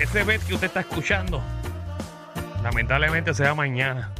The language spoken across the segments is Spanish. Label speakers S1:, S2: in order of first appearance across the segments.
S1: ese bet que usted está escuchando, lamentablemente se da mañana.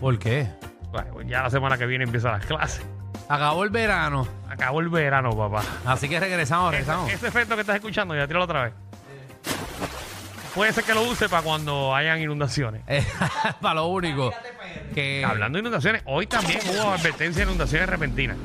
S2: ¿Por qué?
S1: Bueno, ya la semana que viene empiezan las clases.
S2: Acabó el verano.
S1: Acabó el verano, papá.
S2: Así que regresamos,
S1: Ese,
S2: regresamos.
S1: ese efecto que estás escuchando, ya tíralo otra vez. Puede ser que lo use para cuando hayan inundaciones.
S2: Eh, para lo único. Que,
S1: Hablando de inundaciones, hoy también hubo advertencia de inundaciones repentinas.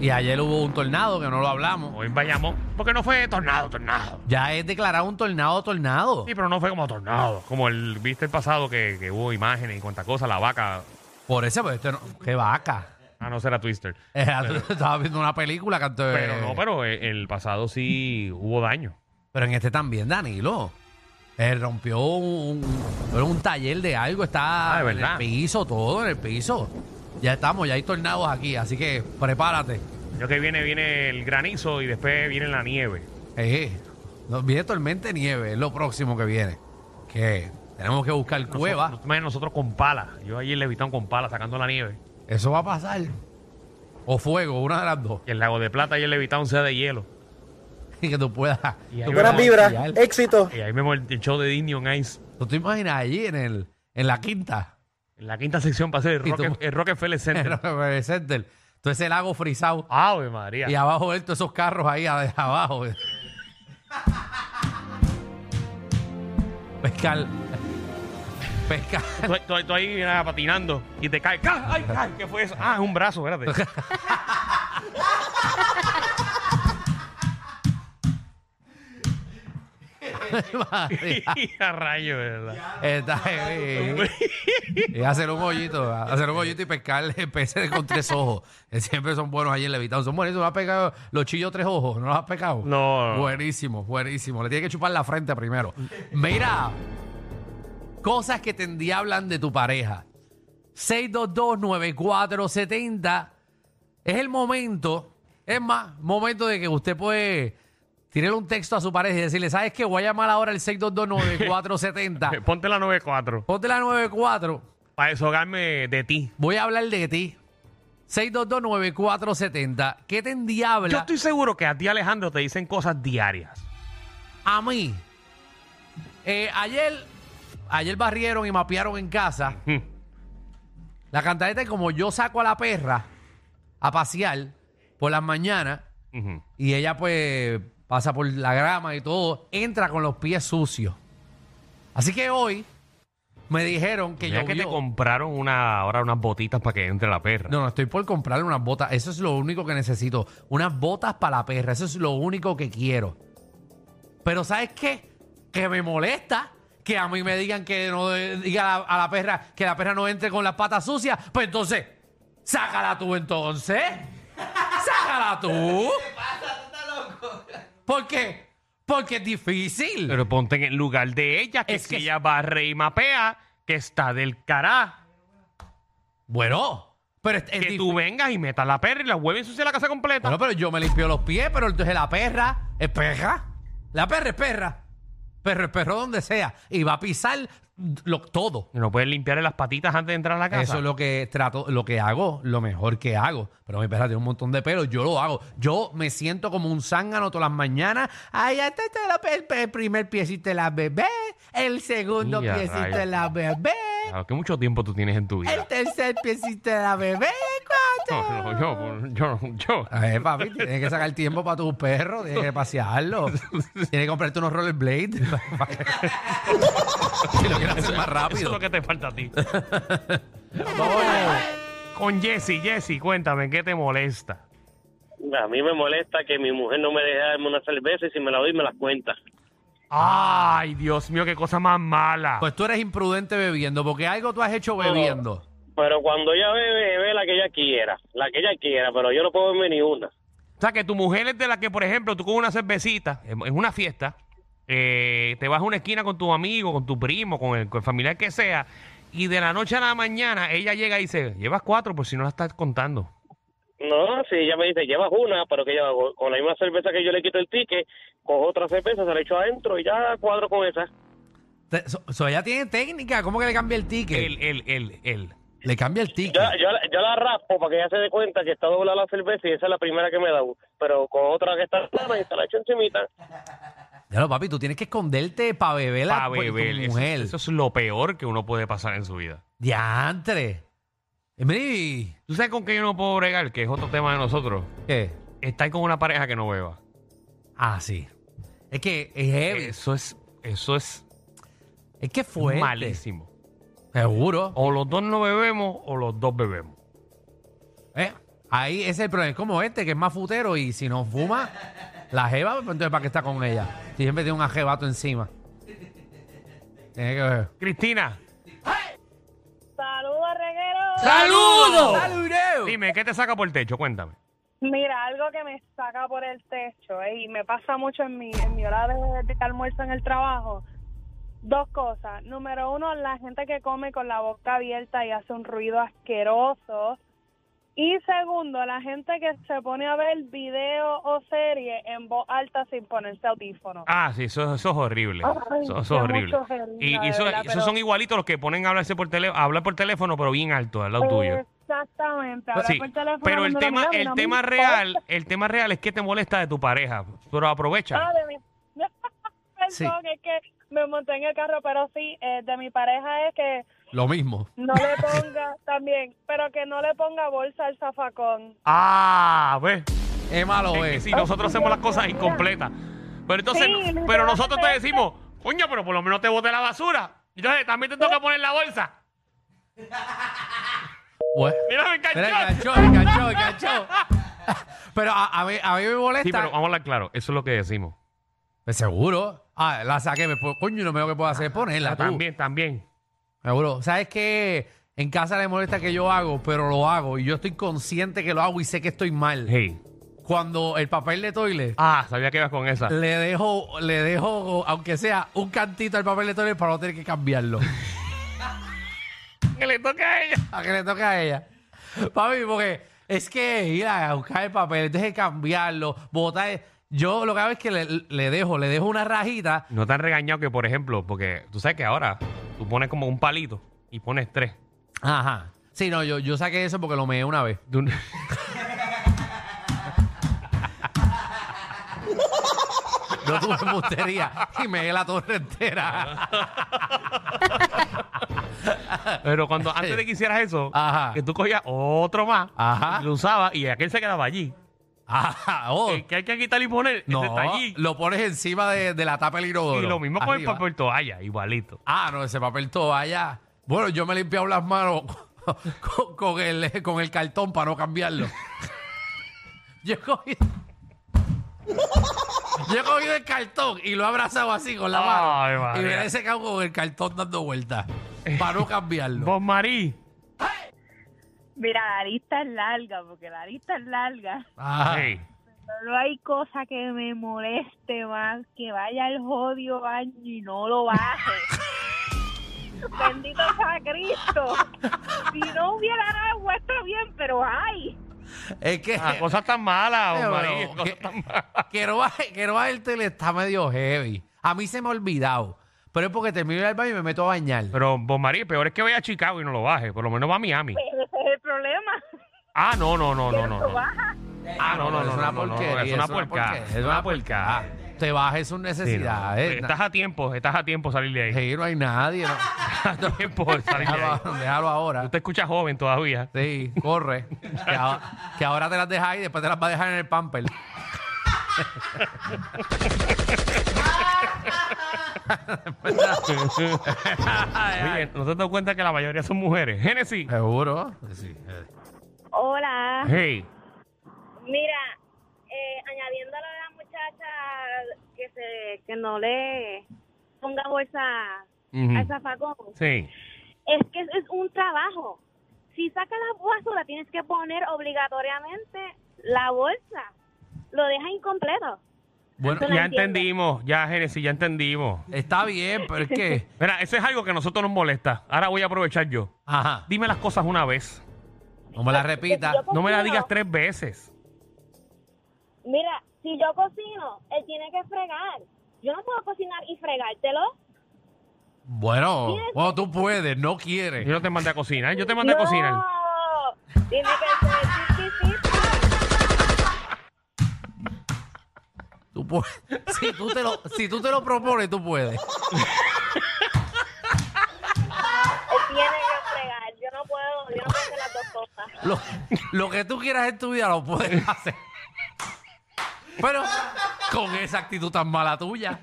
S2: y ayer hubo un tornado que no lo hablamos.
S1: Hoy en Bayamón, porque no fue tornado, tornado.
S2: Ya es declarado un tornado tornado.
S1: Sí, pero no fue como tornado, como el viste el pasado que, que hubo imágenes y cuantas cosas, la vaca,
S2: Por eso, pues, esto no, qué vaca.
S1: a no ser a Twister.
S2: Eh, Estaba viendo una película, eh, canto de-
S1: Pero no, pero el, el pasado sí hubo daño.
S2: Pero en este también, Danilo. Eh, rompió un, un, un taller de algo, está
S1: Ah, de
S2: en el
S1: verdad.
S2: piso, todo en el piso. Ya estamos, ya hay tornados aquí, así que prepárate.
S1: Yo que viene, viene el granizo y después viene la nieve.
S2: Eh, no, viene tormenta de nieve, es lo próximo que viene. Que tenemos que buscar cuevas.
S1: Nosotros, imagínate, nosotros con pala. Yo allí en Levitón con pala sacando la nieve.
S2: Eso va a pasar. O fuego, una de las dos.
S1: Que el lago de plata y el Levitón sea de hielo.
S2: Y que tú puedas.
S1: Y ahí
S2: tú
S1: Buenas
S2: puedas
S3: vibras,
S2: esquiar.
S3: éxito.
S1: Y ahí vemos el, el show de Disney on Ice.
S2: ¿Tú te imaginas allí en, el, en la quinta?
S1: En la quinta sección pasa el,
S2: Y
S1: Roque-
S2: tú-
S1: el Rockefeller
S2: En
S1: Center.
S2: el center. Todo ese lago frisado.
S1: Ave María.
S2: Y abajo de él, todos esos carros ahí a- abajo. Pescar. Pescar.
S1: Tú, tú- tú ahí vienes patinando y te caes. ¡Ca! ¡Ay, ay! ¿Qué fue eso? Ah, es un brazo, espérate. a rayo, ¿verdad?
S2: Está heavy. Y hacer un hoyito, hacer un hoyito y pescar peces con tres ojos. Eh, Siempre son buenos allí en Levitón. Son buenísimos. ¿No has pegado los chillos tres ojos? ¿No los has pecado?
S1: No, no.
S2: Buenísimo, buenísimo. Le tiene que chupar la frente primero. Mira, cosas que te endiablan de tu pareja. 6229470 es el momento, es más, momento de que usted puede tirarle un texto a su pareja y decirle, ¿sabes qué? Voy a llamar ahora al 6229470.
S1: Eh, Ponte la 9-4
S2: Ponte la 94.
S1: para deshogarme de ti.
S2: Voy a hablar de ti. 6229470. ¿Qué te endiabla
S1: Yo estoy seguro que a ti, Alejandro, te dicen cosas diarias.
S2: a mí? Eh, ayer, ayer barrieron y mapearon en casa.
S1: Hmm.
S2: La cantadita es como yo saco a la perra a pasear por las mañanas
S1: Ujú.
S2: y ella pues pasa por la grama y todo, entra con los pies sucios. Así que hoy me dijeron que
S1: Mira
S2: yo
S1: que te compraron una, ahora unas botitas para que entre la perra.
S2: No, no, estoy por comprarle unas botas. Eso es lo único que necesito. Unas botas para la perra. Eso es lo único que quiero. Pero ¿sabes qué? Que me molesta que a mí me digan que no de- diga a la, a la perra que la perra no entre con las patas sucias. Pues entonces, sácala tú entonces. Sácala tú. ¿Qué pasa? loco? ¿Por qué? Porque es difícil.
S1: Pero ponte en el lugar de ella, que
S2: Es
S1: si
S2: que-
S1: ella barre y mapea, que está del cará.
S2: bueno, pero es, es
S1: Que tú
S2: difícil.
S1: vengas y metas la perra y la hueves ensucia la casa completa.
S2: Bueno, pero yo me limpio los pies, pero entonces la perra es perra. La perra es perra. Perro es perro donde sea. Y va a pisar lo- todo.
S1: No puedes limpiarle las patitas antes de entrar a la casa.
S2: Eso es lo que trato, lo que hago, lo mejor que hago. Pero mi perra tiene un montón de pelos, yo lo hago. Yo me siento como un zángano todas las mañanas. Ay, este te la pe- pe- el primer piecito de la bebé, el segundo
S1: Y a
S2: piecito
S1: rayos.
S2: de la bebé,
S1: Claro, que mucho tiempo tú tienes en tu vida.
S2: el tercer piecito de la bebé,
S1: No,
S2: cuatro.
S1: no, yo, yo, yo.
S2: A ver, papi, tienes que sacar tiempo para tu perro, tienes que pasearlo. tienes que comprarte unos rollerblades. si lo quieres hacer
S1: Eso es
S2: más rápido.
S1: lo que te falta a ti.
S2: Coño.
S1: Con Jesse, Jesse, cuéntame, ¿qué te molesta?
S4: A mí me molesta que mi mujer no me deje darme una cerveza y si me la doy me las cuenta.
S2: Ah.
S1: Ay, Dios mío, qué cosa más mala.
S2: Pues tú eres imprudente bebiendo, porque algo tú has hecho bebiendo.
S4: Pero cuando ella bebe, bebe la que ella quiera, la que ella quiera, pero yo no puedo beber ni una.
S1: O sea, que tu mujer es de la que, por ejemplo, tú con una cervecita en en una fiesta, eh, te vas a una esquina con tu amigo, con tu primo, con el, con el familiar que sea, y de la noche a la mañana ella llega y dice, llevas cuatro, por si no la estás contando.
S4: No, si ella me dice, llevas una, pero que lleva con la misma cerveza que yo le quito el ticket, cojo otra cerveza, se la echo adentro y ya cuadro con esa.
S2: Te- so- so, ella tiene técnica, ¿cómo que le cambia el ticket?
S1: Él, él, él, él.
S2: Le cambia el ticket.
S4: Yo, yo, la- yo la raspo para que ella se dé cuenta que está doblada la cerveza y esa es la primera que me da, pero con otra que está plana y se la echo encimita.
S2: Ya lo, papi, tú tienes que esconderte para beber
S1: Para
S2: por tu
S1: beber. Eso,
S2: mujer.
S1: eso es lo peor que uno puede pasar en su vida.
S2: Diantre. Eh, mira, y-
S1: ¿Tú sabes con qué yo no puedo bregar? Que es otro tema de nosotros.
S2: ¿Qué?
S1: Estar con una pareja que no beba.
S2: Ah, sí. Es que es heavy. Es,
S1: Eso es, eso es
S2: que fue.
S1: malísimo.
S2: Seguro.
S1: O los dos no bebemos o los dos bebemos.
S2: Eh, Ahí ese es el problema. Es como este, que es más futero y si no fuma, la jeva, pues, entonces ¿para qué está con ella? Si siempre tiene un ajebato encima. Tiene que ver.
S1: Cristina,
S3: Saludos, reguero.
S1: ¡Saludos!
S2: ¡Saludos!
S1: dime, ¿qué te saca por el techo? Cuéntame.
S3: Mira, algo que me saca por el techo eh, y me pasa mucho en mi, en mi hora de, de almuerzo en el trabajo. Dos cosas. Número uno, la gente que come con la boca abierta y hace un ruido asqueroso. Y segundo, la gente que se pone a ver video o serie en voz alta sin ponerse audífonos.
S1: Ah, sí, eso, eso es horrible.
S3: Ay,
S1: Eso, eso es
S3: qué
S1: horrible.
S3: mucho gerina,
S1: Y, y
S3: de
S1: eso-
S3: verdad,
S1: esos
S3: pero-
S1: son igualitos los que ponen a, hablarse por tele- a hablar por teléfono, pero bien alto, al lado tuyo. Pues
S3: Exactamente. Eh, Hablar
S1: Sí,
S3: por teléfono
S1: pero el
S3: cuando
S1: tema,
S3: mira,
S1: el
S3: mira,
S1: tema
S3: mira.
S1: real, el tema real es que te molesta de tu pareja, pero aprovecha.
S3: Ah, de mi...
S2: Sí.
S3: Perdón, es que me monté en el carro, pero sí, eh, de mi pareja es que
S2: Lo mismo.
S3: no le ponga, también, pero que no le ponga bolsa al zafacón.
S1: Ah, ves.
S2: Es malo, eh.
S1: Es que
S2: es.
S1: si nosotros hacemos las cosas incompletas. Pero entonces,
S3: Sí, literalmente
S1: pero nosotros te
S3: es que-
S1: decimos, coño, pero por lo menos te bote la basura. Entonces también te toca poner la bolsa.
S2: Bueno.
S1: Mira, me
S2: Mira,
S1: enganchó.
S2: Pues, enganchó, enganchó, enganchó. pero a, a mí, a mí me molesta.
S1: Sí, pero vamos a hablar claro, eso es lo que decimos.
S2: Pues seguro. Ah, la saqué. me po- Coño, lo mejor que puedo hacer es ponerla. tú.
S1: Ah, También, también.
S2: Seguro. ¿Sabes qué? En casa le molesta que yo hago, pero lo hago. Y yo estoy consciente que lo hago y sé que estoy mal.
S1: Hey.
S2: Cuando el papel de toilet,
S1: Ah, sabía que ibas con esa.
S2: le dejo, le dejo, aunque sea un cantito al papel de toilet para no tener que cambiarlo.
S1: Que le toca a ella.
S2: a que le toque a ella. Papi, porque es que ir a buscar el papel, entonces cambiarlo, botar. el- Yo lo que hago es que le, le dejo, le dejo una rajita.
S1: No te han regañado que, por ejemplo, porque tú sabes que ahora tú pones como un palito y pones tres.
S2: Ajá. Sí, no, yo, yo saqué eso porque lo meé una vez.
S1: Tú-
S2: No tuve embustería y meé la torre entera.
S1: Pero cuando antes de que hicieras eso,
S2: Ajá.
S1: que tú cogías otro más,
S2: Ajá.
S1: y lo usabas y aquel se quedaba allí.
S2: Ajá. oh.
S1: El que hay que quitar y poner,
S2: No,
S1: ese está allí.
S2: lo pones encima de, de la tapa del inodoro.
S1: Y lo mismo con el
S2: Arriba.
S1: papel toalla, igualito.
S2: Ah, no, ese papel toalla. Bueno, yo me he limpiado las manos con, con el, con el cartón para no cambiarlo. yo he cogido... Yo he cogido el cartón y lo he abrazado así con la
S1: Ay,
S2: mano.
S1: María.
S2: y me he secado con el cartón dando vueltas para no cambiarlo.
S1: Vos, Marí.
S3: Mira, la lista es larga, porque la lista es larga.
S2: Ajá.
S1: Hey.
S3: Solo hay cosa que me moleste más, que vaya el jodio baño y no lo baje. Bendito sea Cristo. Si no hubiera agua, está bien, pero hay.
S2: Es que...
S1: Ah, cosas tan malas, vos,
S2: Pero,
S1: Marí.
S2: que-
S1: Cosas tan malas.
S2: Quiero bajar- quiero bajar el tele, está medio heavy. A mí se me ha olvidado. Pero es porque termino el baño y me meto a bañar.
S1: Pero, vos, Marí, peor es que vaya a Chicago y no lo baje. Por lo menos va a Miami.
S3: Ese es el problema.
S1: Ah, no, no, no, no, no.
S3: Lo
S1: no.
S3: baja.
S1: Ah, no, no, no.
S2: es una
S1: no, no, no,
S2: porquería.
S1: Es una puerca.
S2: porquería, Es una puerca. Te bajes sus
S1: Sí, no. pues,
S2: necesidades. eh, na-
S1: Estás a tiempo, estás a tiempo de salir de ahí.
S2: Sí, no hay nadie. no.
S1: Estás a tiempo de salir de ahí.
S2: Déjalo, déjalo
S1: Tú
S2: ahora.
S1: te escuchas joven todavía.
S2: Sí, corre. Que ahora, que ahora te las dejas ahí y después te las va a dejar en el pamper.
S1: Oye, ¿no te has dado cuenta que la mayoría son mujeres? Genesis.
S2: Seguro. Sí, eh.
S3: Hola.
S1: Hey.
S3: Mira, eh, añadiendo a la muchacha que se que no le ponga bolsa
S1: Ujú.
S3: al zafacón,
S1: Sí.
S3: es que es, es un trabajo. Si sacas la basura, tienes que poner obligatoriamente la bolsa. Lo deja incompleto.
S2: Bueno,
S3: Eso no
S1: Ya
S3: entiendo.
S1: entendimos. Ya, Genesis, ya entendimos.
S2: está bien, pero es que.
S1: Mira, eso es algo que a nosotros nos molesta. Ahora voy a aprovechar yo.
S2: Ajá.
S1: Dime las cosas una vez.
S2: No me la repita.
S3: Yo
S1: No me las
S3: cocino.
S1: digas tres veces.
S3: Mira, si yo cocino, él tiene que fregar. Yo no puedo cocinar y fregártelo.
S2: Bueno, bueno, tú puedes, no quieres.
S1: Yo no te mandé a cocinar. Yo te mandé a cocinar.
S3: No. Tiene que ser chiquitito.
S2: Tú puedes. Si tú te lo, si tú te lo propones, tú puedes.
S3: Él tiene que fregar. Yo no puedo, yo no puedo hacer las dos cosas.
S2: Lo, lo que tú quieras en tu vida lo puedes hacer. Pero con esa actitud tan mala tuya.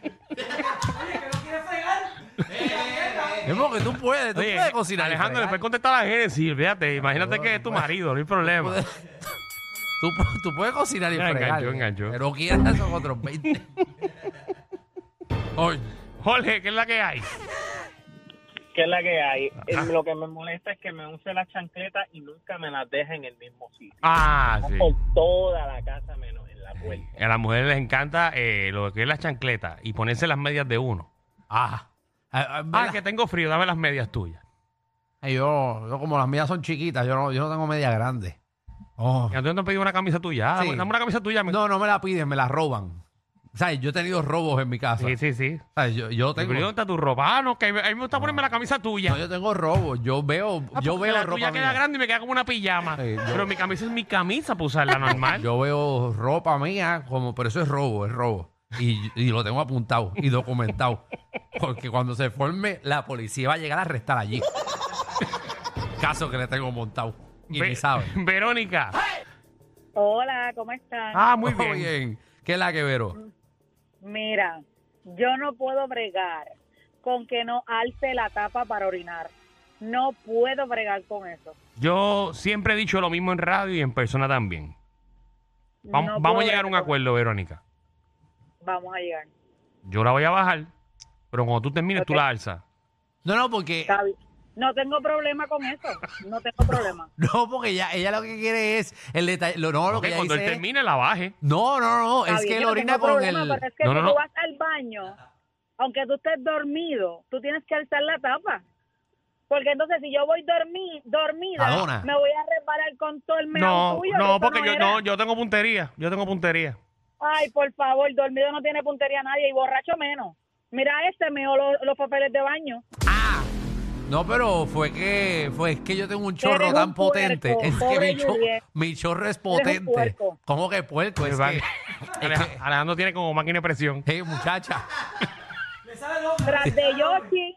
S2: Es porque tú puedes, tú
S1: Oye,
S2: puedes cocinar. y
S1: Alejandro,
S2: fregar.
S1: después contestar a la Génesis, fíjate. Imagínate
S2: Cabrón,
S1: que es tu
S2: bueno.
S1: marido, no hay problema.
S2: Puedes- Tú, pu- tú puedes cocinar y
S1: Ya,
S2: fregar.
S1: enganchó, enganchó.
S2: Pero quieras esos otros 20. Oye,
S1: Jorge, ¿qué es la que hay?
S5: ¿Qué es la que hay? Eh, Lo que me molesta es que me use las chancletas y nunca me las deja en el mismo sitio.
S1: Ah, sí.
S5: Por toda la casa menos en la puerta.
S1: A las mujeres les encanta eh, lo que es la chancleta y ponerse las medias de uno.
S2: ah, ah, ah,
S1: Ah,
S2: ¿verdad?
S1: que tengo frío, dame las medias tuyas.
S2: Ay, yo, yo como las mías son chiquitas, yo no, yo no tengo media grande. Oh.
S1: Y entonces no pedí una camisa tuya. Ah,
S2: Sí.
S1: Dame una camisa tuya. me-
S2: No, no me la piden, me la roban. ¿Sabes? Yo he tenido robos en mi casa.
S1: Sí, sí, sí.
S2: ¿Sabes? Ah, Yo, yo tengo.
S1: Pero ¿dónde está tu ropa? Ah, no, que a mí me gusta ponerme la camisa tuya.
S2: No, yo tengo robos. Yo veo,
S1: Ah,
S2: yo
S1: porque
S2: veo
S1: la
S2: ropa.
S1: tuya queda
S2: mía.
S1: grande y me queda como una pijama.
S2: Sí, yo-
S1: Pero mi camisa es mi camisa para usarla normal.
S2: Yo veo ropa mía, como, pero eso es robo, es robo. Y, y lo tengo apuntado y documentado. Porque cuando se forme, la policía va a llegar a arrestar allí. Caso que le tengo montado. Y
S1: Ve-
S2: ni sabe.
S1: Verónica.
S3: Hola, ¿cómo están?
S1: Ah, muy
S2: Oh,
S1: bien.
S2: ¿Qué es la que vero?
S3: Mira, yo no puedo bregar con que no alce la tapa para orinar. No puedo bregar con eso.
S1: Yo siempre he dicho lo mismo en radio y en persona también. Vam-
S3: No puedo
S1: vamos a llegar a un
S3: bregar con-
S1: acuerdo, Verónica.
S3: Vamos a llegar.
S1: Yo la voy a bajar, pero cuando tú termines, tú
S3: Ok.
S1: la alzas.
S2: No, no, porque.
S3: Está bien. No tengo problema con eso. No tengo problema.
S2: No, porque ella, ella lo que quiere es el detalle. Lo, no, lo
S1: Ok,
S2: que ella
S1: cuando él
S2: dice es-
S1: termine, la baje.
S2: No, no, no.
S3: Está
S2: Es
S3: bien,
S2: que él
S3: yo no
S2: orina
S3: tengo
S2: con
S3: problema,
S2: el.
S3: Pero es que
S1: No,
S3: si
S1: no,
S3: tú
S1: no.
S3: vas al baño, aunque tú estés dormido, tú tienes que alzar la tapa. Porque entonces si yo voy dormi- dormida,
S2: Madonna.
S3: me voy a reparar con todo el meado
S1: No,
S3: tuyo, que
S1: no,
S3: eso
S1: porque yo,
S3: era.
S1: no, yo tengo puntería. Yo tengo puntería.
S3: Ay, por favor, dormido no tiene puntería nadie y borracho menos. Mira este, me los, los papeles de baño.
S2: No, pero fue que fue que yo tengo un chorro
S3: Eres
S2: tan
S3: un puerco,
S2: potente. Es que
S3: pobre
S2: mi, cho-
S3: Juliet.
S2: mi chorro es
S3: un
S2: potente.
S3: puerco.
S2: ¿Cómo que puerco? Es
S1: Vale.
S2: que,
S1: Alej- Alejandro tiene como máquina de presión.
S2: hey, muchacha.
S3: Tras de Yoshi,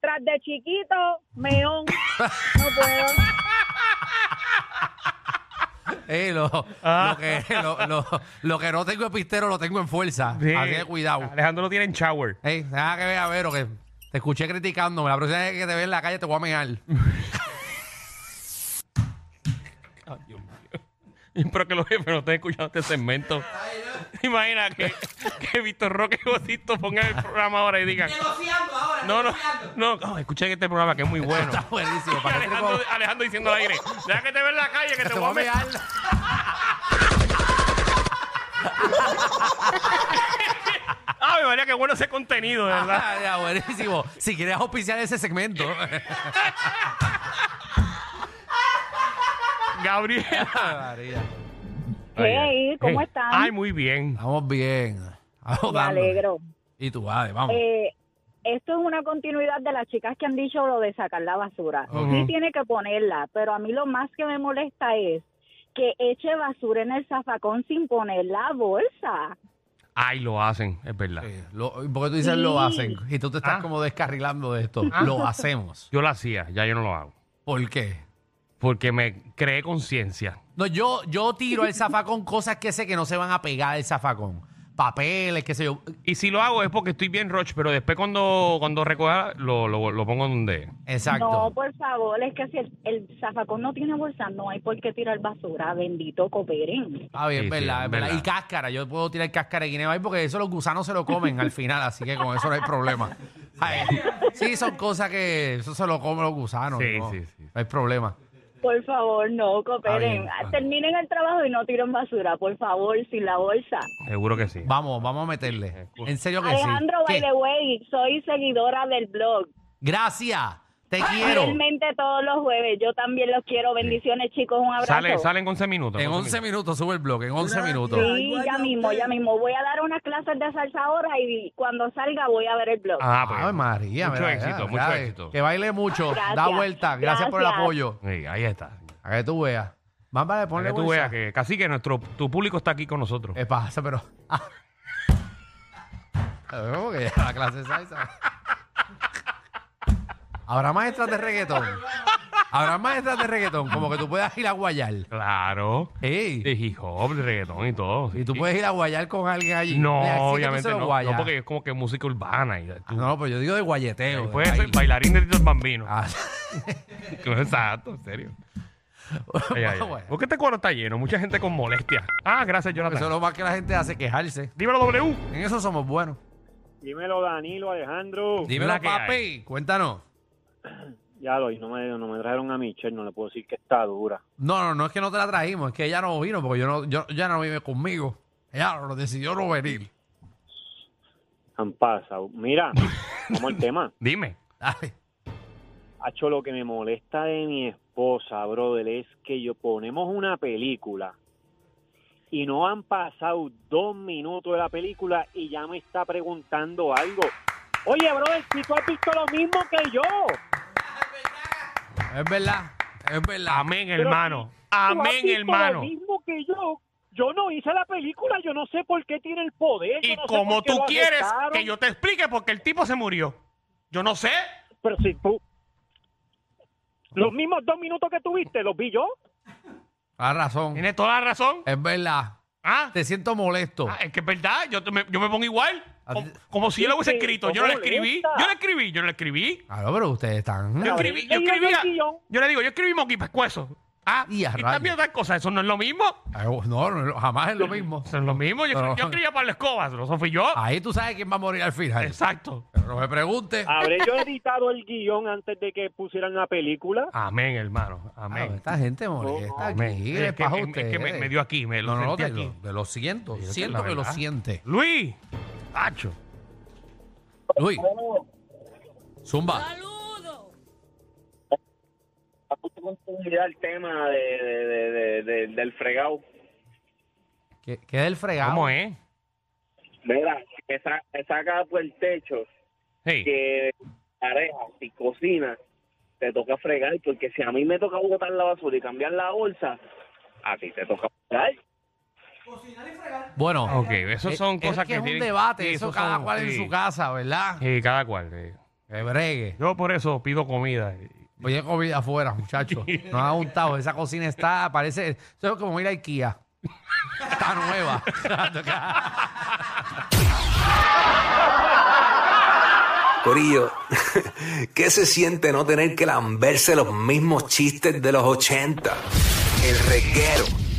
S3: tras de chiquito, meón. No puedo.
S2: eh, lo,
S1: Ah.
S2: lo, que, lo, lo- lo que no tengo en pistero lo tengo en fuerza.
S1: Sí.
S2: Así que cuidado.
S1: Alejandro lo tiene en shower.
S2: Ey, deja que vea, Vero, que te escuché criticándome. La próxima vez que te vea en la calle te voy a mear.
S1: Espero que los jefes no estén escuchando este segmento. Imagina que, que Víctor Roque y Botito pongan el programa ahora y digan. No, no, no, no, escuchen este programa que es muy bueno.
S2: Está buenísimo.
S1: Y
S2: Parece
S1: Alejandro,
S2: como-
S1: Alejandro diciendo al aire: Deja que te ve en la calle que te
S2: te
S1: voy a
S2: voy
S1: meter.
S2: a mear.
S1: Ay, María, qué bueno ese contenido, de verdad.
S2: Ah, ya, buenísimo. Si quieres auspiciar ese segmento.
S1: Gabriel.
S2: María.
S3: Hey, ¿cómo
S1: Hey.
S3: están?
S1: Ay, muy bien.
S2: Estamos bien. Estamos
S3: Me
S2: dándole.
S3: alegro.
S2: Y tú, Ade, vamos.
S3: Eh, esto es una continuidad de las chicas que han dicho lo de sacar la basura.
S2: Ok.
S3: Sí tiene que ponerla, pero a mí lo más que me molesta es que eche basura en el zafacón sin poner la bolsa.
S1: Ay, lo hacen, es verdad.
S2: Sí, Eh, lo- porque tú dices
S3: Sí.
S2: lo hacen y tú te estás
S1: Ah.
S2: como descarrilando de esto. Lo hacemos.
S1: Yo lo hacía, ya yo no lo hago.
S2: ¿Por qué?
S1: Porque me creé conciencia.
S2: No, yo, yo tiro el zafacón cosas que sé que no se van a pegar el zafacón. Papeles, qué sé yo.
S1: Y si lo hago es porque estoy bien roche, pero después cuando, cuando recoja lo, lo, lo pongo donde. es.
S2: Exacto.
S3: No, por favor, es que si el, el zafacón no tiene bolsa, no hay por qué tirar basura. Bendito cooperen.
S2: Ah, bien,
S1: Sí, sí,
S2: verdad,
S1: es
S2: es verdad.
S1: verdad.
S2: Y cáscara, yo puedo tirar cáscara de guineo ahí porque eso los gusanos se lo comen al final, así que con eso no hay problema. Ay, sí, son cosas que eso se lo comen los gusanos.
S1: Sí,
S2: no,
S1: sí, sí.
S2: No hay problema.
S3: Por favor, no cooperen.
S2: Está bien.
S3: Terminen el trabajo y no tiren basura, por favor, sin la bolsa.
S1: Seguro que sí.
S2: Vamos, vamos a meterle. En serio que
S3: Alejandro,
S2: sí.
S3: by
S2: ¿Qué?
S3: the way, soy seguidora del blog.
S2: Gracias, te quiero.
S3: Realmente todos los jueves. Yo también los quiero. Bendiciones, chicos. Un abrazo.
S1: Sale, sale en 11 minutos.
S2: En 11 minutos sube el blog, en 11 minutos.
S3: Sí, ya mismo, ya mismo. Voy a dar unas clases de salsa ahora y cuando salga voy a ver el blog.
S1: Ah, pues.
S2: Ave María.
S1: Mucho
S2: mira,
S1: éxito,
S2: ya,
S1: mucho
S2: ¿verdad?
S1: éxito.
S2: Que baile mucho, da
S3: Gracias,
S2: vuelta. Gracias, por el
S3: gracias.
S2: apoyo.
S1: Sí, ahí está.
S2: A que tú veas. Más
S1: Para
S2: vale ponle Eh,
S1: que tú
S2: bolsa.
S1: veas que casi que nuestro tu público está aquí con nosotros.
S2: ¿Qué pasa? Pero. Bueno, porque ya la clase salsa. Habrá maestras de reggaetón. Habrá maestras de reggaetón, como que tú puedas ir a guayar.
S1: Claro.
S2: Ey,
S1: De hip hop, de reggaetón y todo.
S2: Y tú
S1: Sí.
S2: puedes ir a guayar con alguien allí.
S1: No,
S2: Mira, si es que tú
S1: obviamente
S2: se lo
S1: no.
S2: guayas.
S1: No, porque es como que música urbana. Y tú-
S2: Ah, no, pues yo digo de guayeteo. de
S1: puedes ser
S2: baile.
S1: bailarín de Tito el Bambino.
S2: Ah,
S1: Exacto, en serio. Ay, ay, ay.
S2: bueno.
S1: ¿Por qué este cuadro está lleno? Mucha gente con molestia. Ah, gracias,
S2: Eso es
S1: Jonathan.
S2: lo más que la gente hace quejarse.
S1: Dímelo, W.
S2: En eso somos buenos.
S5: Dímelo, Danilo, Alejandro.
S2: Dímelo,
S1: la que
S2: papi.
S1: hay.
S2: Cuéntanos.
S5: Ya lo no me, no me trajeron a Michelle, no le puedo decir que está dura.
S2: No, no, no es que no te la trajimos, es que ella no vino porque yo no, yo, ella no vive conmigo. Ella lo decidió no venir.
S5: Han pasado. Mira, como el tema.
S1: Dime.
S2: Dale.
S5: Hacho, lo que me molesta de mi esposa, brother, es que yo ponemos una película y no han pasado dos minutos de la película y ya me está preguntando algo. Oye, brother, si tú has visto lo mismo que yo.
S2: Es verdad, es verdad.
S1: Amén,
S5: Pero
S1: hermano.
S5: Tú has
S1: Amén,
S5: visto
S1: hermano.
S5: Lo mismo que yo. Yo no hice la película, yo no sé por qué tiene el poder. yo
S1: Y
S5: no sé
S1: como
S5: por qué
S1: tú
S5: lo
S1: quieres
S5: arrestaron.
S1: que yo te explique porque el tipo se murió. Yo no sé.
S5: Pero si tú... Los mismos dos minutos que tuviste, los vi yo.
S2: Tienes razón.
S1: Tienes toda la razón.
S2: Es verdad.
S1: Ah,
S2: Te siento molesto.
S1: ah, es que es verdad. Yo te- me, yo me pongo igual.
S2: A
S1: Como,
S2: ti-
S1: como si yo lo hubiese
S5: Sí,
S1: escrito.
S5: ¿cómo
S1: Yo no lo
S5: le
S1: escribí.
S5: gusta?
S1: Yo lo escribí. Yo no lo escribí.
S2: Claro, pero ustedes están.
S1: Yo
S5: Ahora,
S1: escribí. Yo
S5: ella
S1: escribí.
S5: no
S1: a-
S5: guión.
S1: Yo le digo, yo escribí Moqui Pescuezo. Ah,
S2: Y
S1: y,
S2: a rayos.
S1: también tal cosa. Eso no es lo mismo.
S2: Ay, No, no, jamás es lo mismo.
S1: Eso no es lo mismo. Yo,
S2: No.
S1: yo escribí a Pablo Escobar. No fui yo.
S2: Ahí tú sabes quién va a morir al final.
S1: Exacto. Ah,
S2: Pero no me preguntes.
S5: ¿Habré yo editado el guión antes de que pusieran la película?
S1: Amén, hermano.
S2: Ah,
S1: Amén.
S2: esta gente molesta.
S1: oh, Amén.
S2: aquí,
S1: Es
S2: es
S1: que-
S2: paja
S1: es- es que
S2: ustedes.
S1: me- me dio aquí, me lo
S2: no, no, no,
S1: sentí
S2: te
S1: aquí.
S2: Lo, te lo siento.
S1: Sí, es que
S2: siento
S1: la
S2: que lo
S1: verdad.
S2: siente.
S1: Luis. Hacho.
S2: Luis. Zumba.
S5: el tema de, del fregado.
S2: ¿Qué, qué del fregado?
S1: ¿Cómo es?
S5: Mira, esa, saca por el techo
S1: Hey.
S5: que pareja, si cocina, te toca fregar, porque si a mí me toca botar la basura y cambiar la bolsa, a ti te toca fregar.
S2: Bueno.
S1: Ok, esas son
S2: es,
S1: cosas
S2: es Eh, que es un
S1: tienen-
S2: debate,
S1: sí,
S2: eso
S1: esos
S2: cada
S1: son-
S2: cual en
S1: sí.
S2: su casa, ¿verdad?
S1: Sí, cada cual. sí.
S2: Que bregue.
S1: Yo por eso pido comida.
S2: Oye, comida afuera, muchachos. No ha untado. Esa cocina está, parece. Eso es como ir a IKEA. Está nueva.
S6: Corillo, ¿qué se siente no tener que lamberse los mismos chistes de los 80? El reguero